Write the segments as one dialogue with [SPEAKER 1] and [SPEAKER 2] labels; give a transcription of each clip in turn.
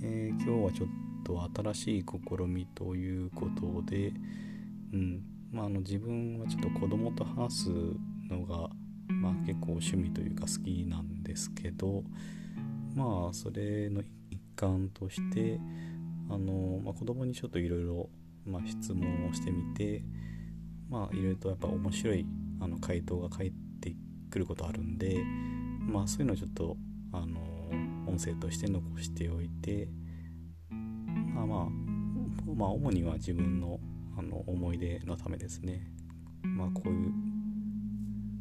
[SPEAKER 1] 今日はちょっと新しい試みということで、うんまあ、あの自分はちょっと子供と話すのが、まあ、結構趣味というか好きなんですけどまあそれの一環としてあの、まあ、子供にちょっといろいろ質問をしてみてまあいろいろとやっぱ面白いあの回答が返ってくることあるんでまあそういうのをちょっとあの音声として残しておいてまあまあまあ主には自分のあの思い出のためですねまあこういう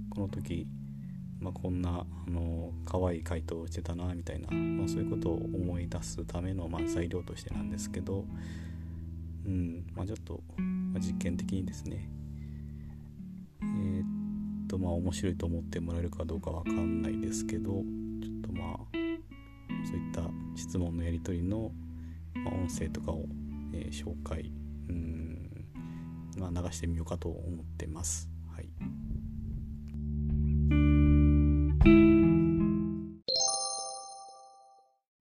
[SPEAKER 1] この時、まあ、こんなあの可愛い回答をしてたなみたいな、まあ、そういうことを思い出すための、まあ、材料としてなんですけどうんまあちょっと、まあ、実験的にですねえー、っとまあ面白いと思ってもらえるかどうかわかんないですけどちょっとまあそういった質問のやり取りの、まあ、音声とかを、えー、紹介うん、まあ、流してみようかと思ってます。はい、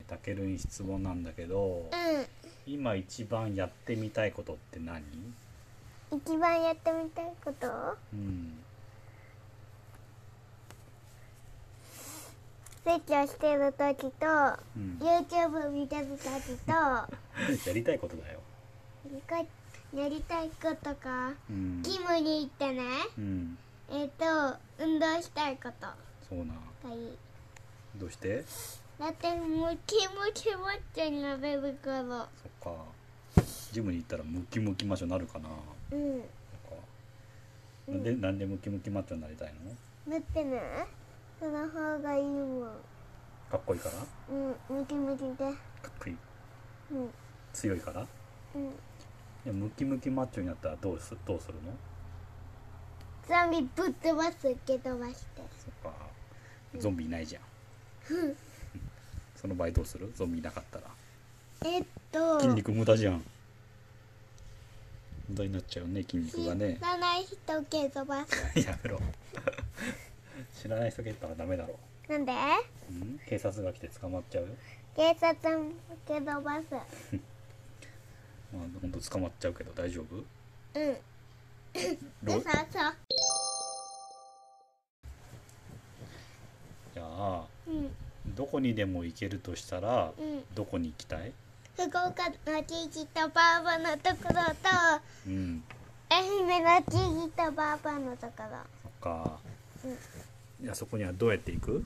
[SPEAKER 1] たけるに質問なんだけど、今一番やってみたいことって何
[SPEAKER 2] うん、一番やってみたいこと
[SPEAKER 1] うん
[SPEAKER 2] スイッチをしてる時と、
[SPEAKER 1] うん
[SPEAKER 2] YouTube 見てる時 と
[SPEAKER 1] やりたいことだよ。
[SPEAKER 2] こやりたいことか
[SPEAKER 1] うん
[SPEAKER 2] ジムに行ってね
[SPEAKER 1] うん、
[SPEAKER 2] えっ、と運動したいこと
[SPEAKER 1] そうな。
[SPEAKER 2] がいい
[SPEAKER 1] どうして
[SPEAKER 2] だってもう気持ち持ってんのベビーコロ
[SPEAKER 1] そっか。ジムに行ったらムキムキマッチョになるかな。
[SPEAKER 2] うん
[SPEAKER 1] そっか。なんで、なんでムキムキマッチョになりたいの
[SPEAKER 2] だってねその方がいいもん
[SPEAKER 1] かっこいいからか
[SPEAKER 2] うんムキムキで
[SPEAKER 1] っこいい。
[SPEAKER 2] うん
[SPEAKER 1] 強いから
[SPEAKER 2] うん
[SPEAKER 1] でムキムキマッチョになったらどうすどうするの
[SPEAKER 2] ゾンビぶっ飛ばす蹴飛ばして
[SPEAKER 1] そっかゾンビいないじゃん その場合どうするゾンビいなかったら
[SPEAKER 2] えっと
[SPEAKER 1] 筋肉無駄じゃん無駄になっちゃうね筋肉がね
[SPEAKER 2] 知らない人蹴飛ば す
[SPEAKER 1] やめろ知らない人蹴ったらダメだろ
[SPEAKER 2] なんで
[SPEAKER 1] うん警察が来て捕まっちゃうよ
[SPEAKER 2] 警察も蹴飛ばす
[SPEAKER 1] まあほんと捕まっちゃうけど大丈夫
[SPEAKER 2] うん
[SPEAKER 1] ろ
[SPEAKER 2] でささ
[SPEAKER 1] じゃあ
[SPEAKER 2] うん
[SPEAKER 1] どこにでも行けるとしたら
[SPEAKER 2] うん
[SPEAKER 1] どこに行きたい
[SPEAKER 2] 福岡の地域とバーバのところと
[SPEAKER 1] うん
[SPEAKER 2] 愛媛の地域とバーバのところ
[SPEAKER 1] そっかいやそこにはどうやって行く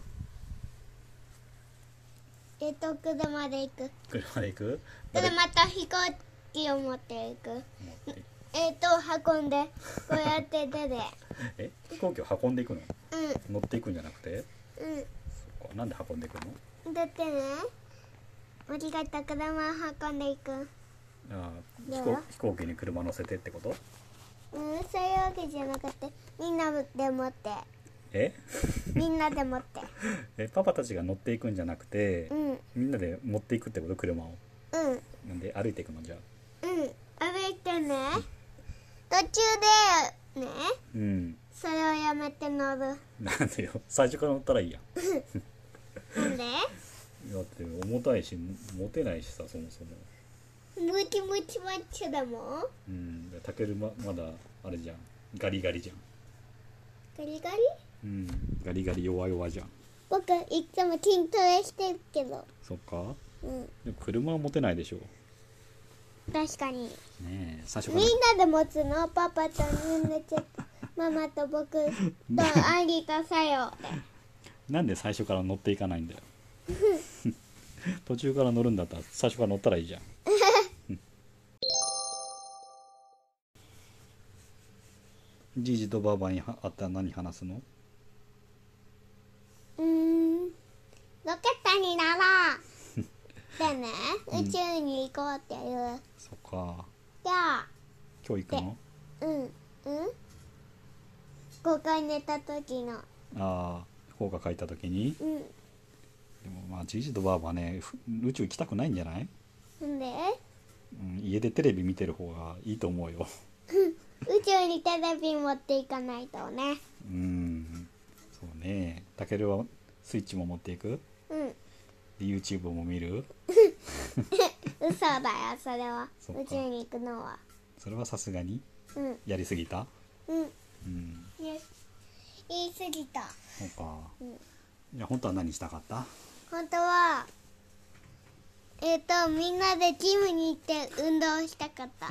[SPEAKER 2] えっと車で行く
[SPEAKER 1] 車で行く誰
[SPEAKER 2] 車と飛行機を持っていく
[SPEAKER 1] 持って行く
[SPEAKER 2] えっと運んでこうやって出て
[SPEAKER 1] え飛行機を運んでいくの
[SPEAKER 2] う
[SPEAKER 1] 乗っていくんじゃなくて
[SPEAKER 2] んうん
[SPEAKER 1] そっかなんで運んでいくの
[SPEAKER 2] だってね間違った車を運んでいく
[SPEAKER 1] あー
[SPEAKER 2] だ
[SPEAKER 1] 飛
[SPEAKER 2] よ
[SPEAKER 1] 行飛行機に車乗せてってこと
[SPEAKER 2] うんそういうわけじゃなくてみんなで持 って
[SPEAKER 1] え
[SPEAKER 2] みんなで持って
[SPEAKER 1] えパパたちが乗っていくんじゃなくて
[SPEAKER 2] うんうん
[SPEAKER 1] みんなで持っていくってこと車を
[SPEAKER 2] うん
[SPEAKER 1] なんで歩いていくのじゃあ
[SPEAKER 2] 歩いてね途中でね
[SPEAKER 1] うん
[SPEAKER 2] それをやめて乗る
[SPEAKER 1] なんでよ最初から乗ったらいいやん
[SPEAKER 2] なんで
[SPEAKER 1] だって重たいし持てないしさそもそも
[SPEAKER 2] ムチムチマッチョだもん
[SPEAKER 1] うんたけるままだあれじゃんガリガリじゃん
[SPEAKER 2] ガリガリ
[SPEAKER 1] うんガリガリ弱々じゃん
[SPEAKER 2] 僕いつも筋トレしてるけど
[SPEAKER 1] そっか
[SPEAKER 2] うん
[SPEAKER 1] でも車は持てないでしょ
[SPEAKER 2] 確かに
[SPEAKER 1] ねえ最初
[SPEAKER 2] み
[SPEAKER 1] から
[SPEAKER 2] んなで持つのパパとみんなちょっとママと僕とアンリとさよで
[SPEAKER 1] なんで最初から乗っていかないんだよ 途中から乗るんだったら最初から乗ったらいいじゃん じいじとばあばに会ったら何話すの
[SPEAKER 2] うーんロケットにな ろうでね宇宙に行こうっていう
[SPEAKER 1] そっか
[SPEAKER 2] じゃあ
[SPEAKER 1] 今日行くの
[SPEAKER 2] うんうん5回寝た時の
[SPEAKER 1] ああ福岡帰った時に
[SPEAKER 2] うん
[SPEAKER 1] でもまあじいじとばあばねふ宇宙行きたくないんじゃない、
[SPEAKER 2] なんで
[SPEAKER 1] うん、家でテレビ見てる方がいいと思うよ
[SPEAKER 2] 宇宙にテレビ持っていかないとね
[SPEAKER 1] うんそうねたけるはスイッチも持っていく
[SPEAKER 2] うん
[SPEAKER 1] で YouTube も見る
[SPEAKER 2] 嘘嘘だよそれは
[SPEAKER 1] そっか
[SPEAKER 2] 宇宙に行くのは
[SPEAKER 1] それはさすがに
[SPEAKER 2] うん
[SPEAKER 1] やりすぎた
[SPEAKER 2] うん
[SPEAKER 1] うん
[SPEAKER 2] よし言い過ぎた
[SPEAKER 1] そうか
[SPEAKER 2] うん
[SPEAKER 1] いや本当は何したかった
[SPEAKER 2] 本当はえっ、とみんなでジムに行って運動したかった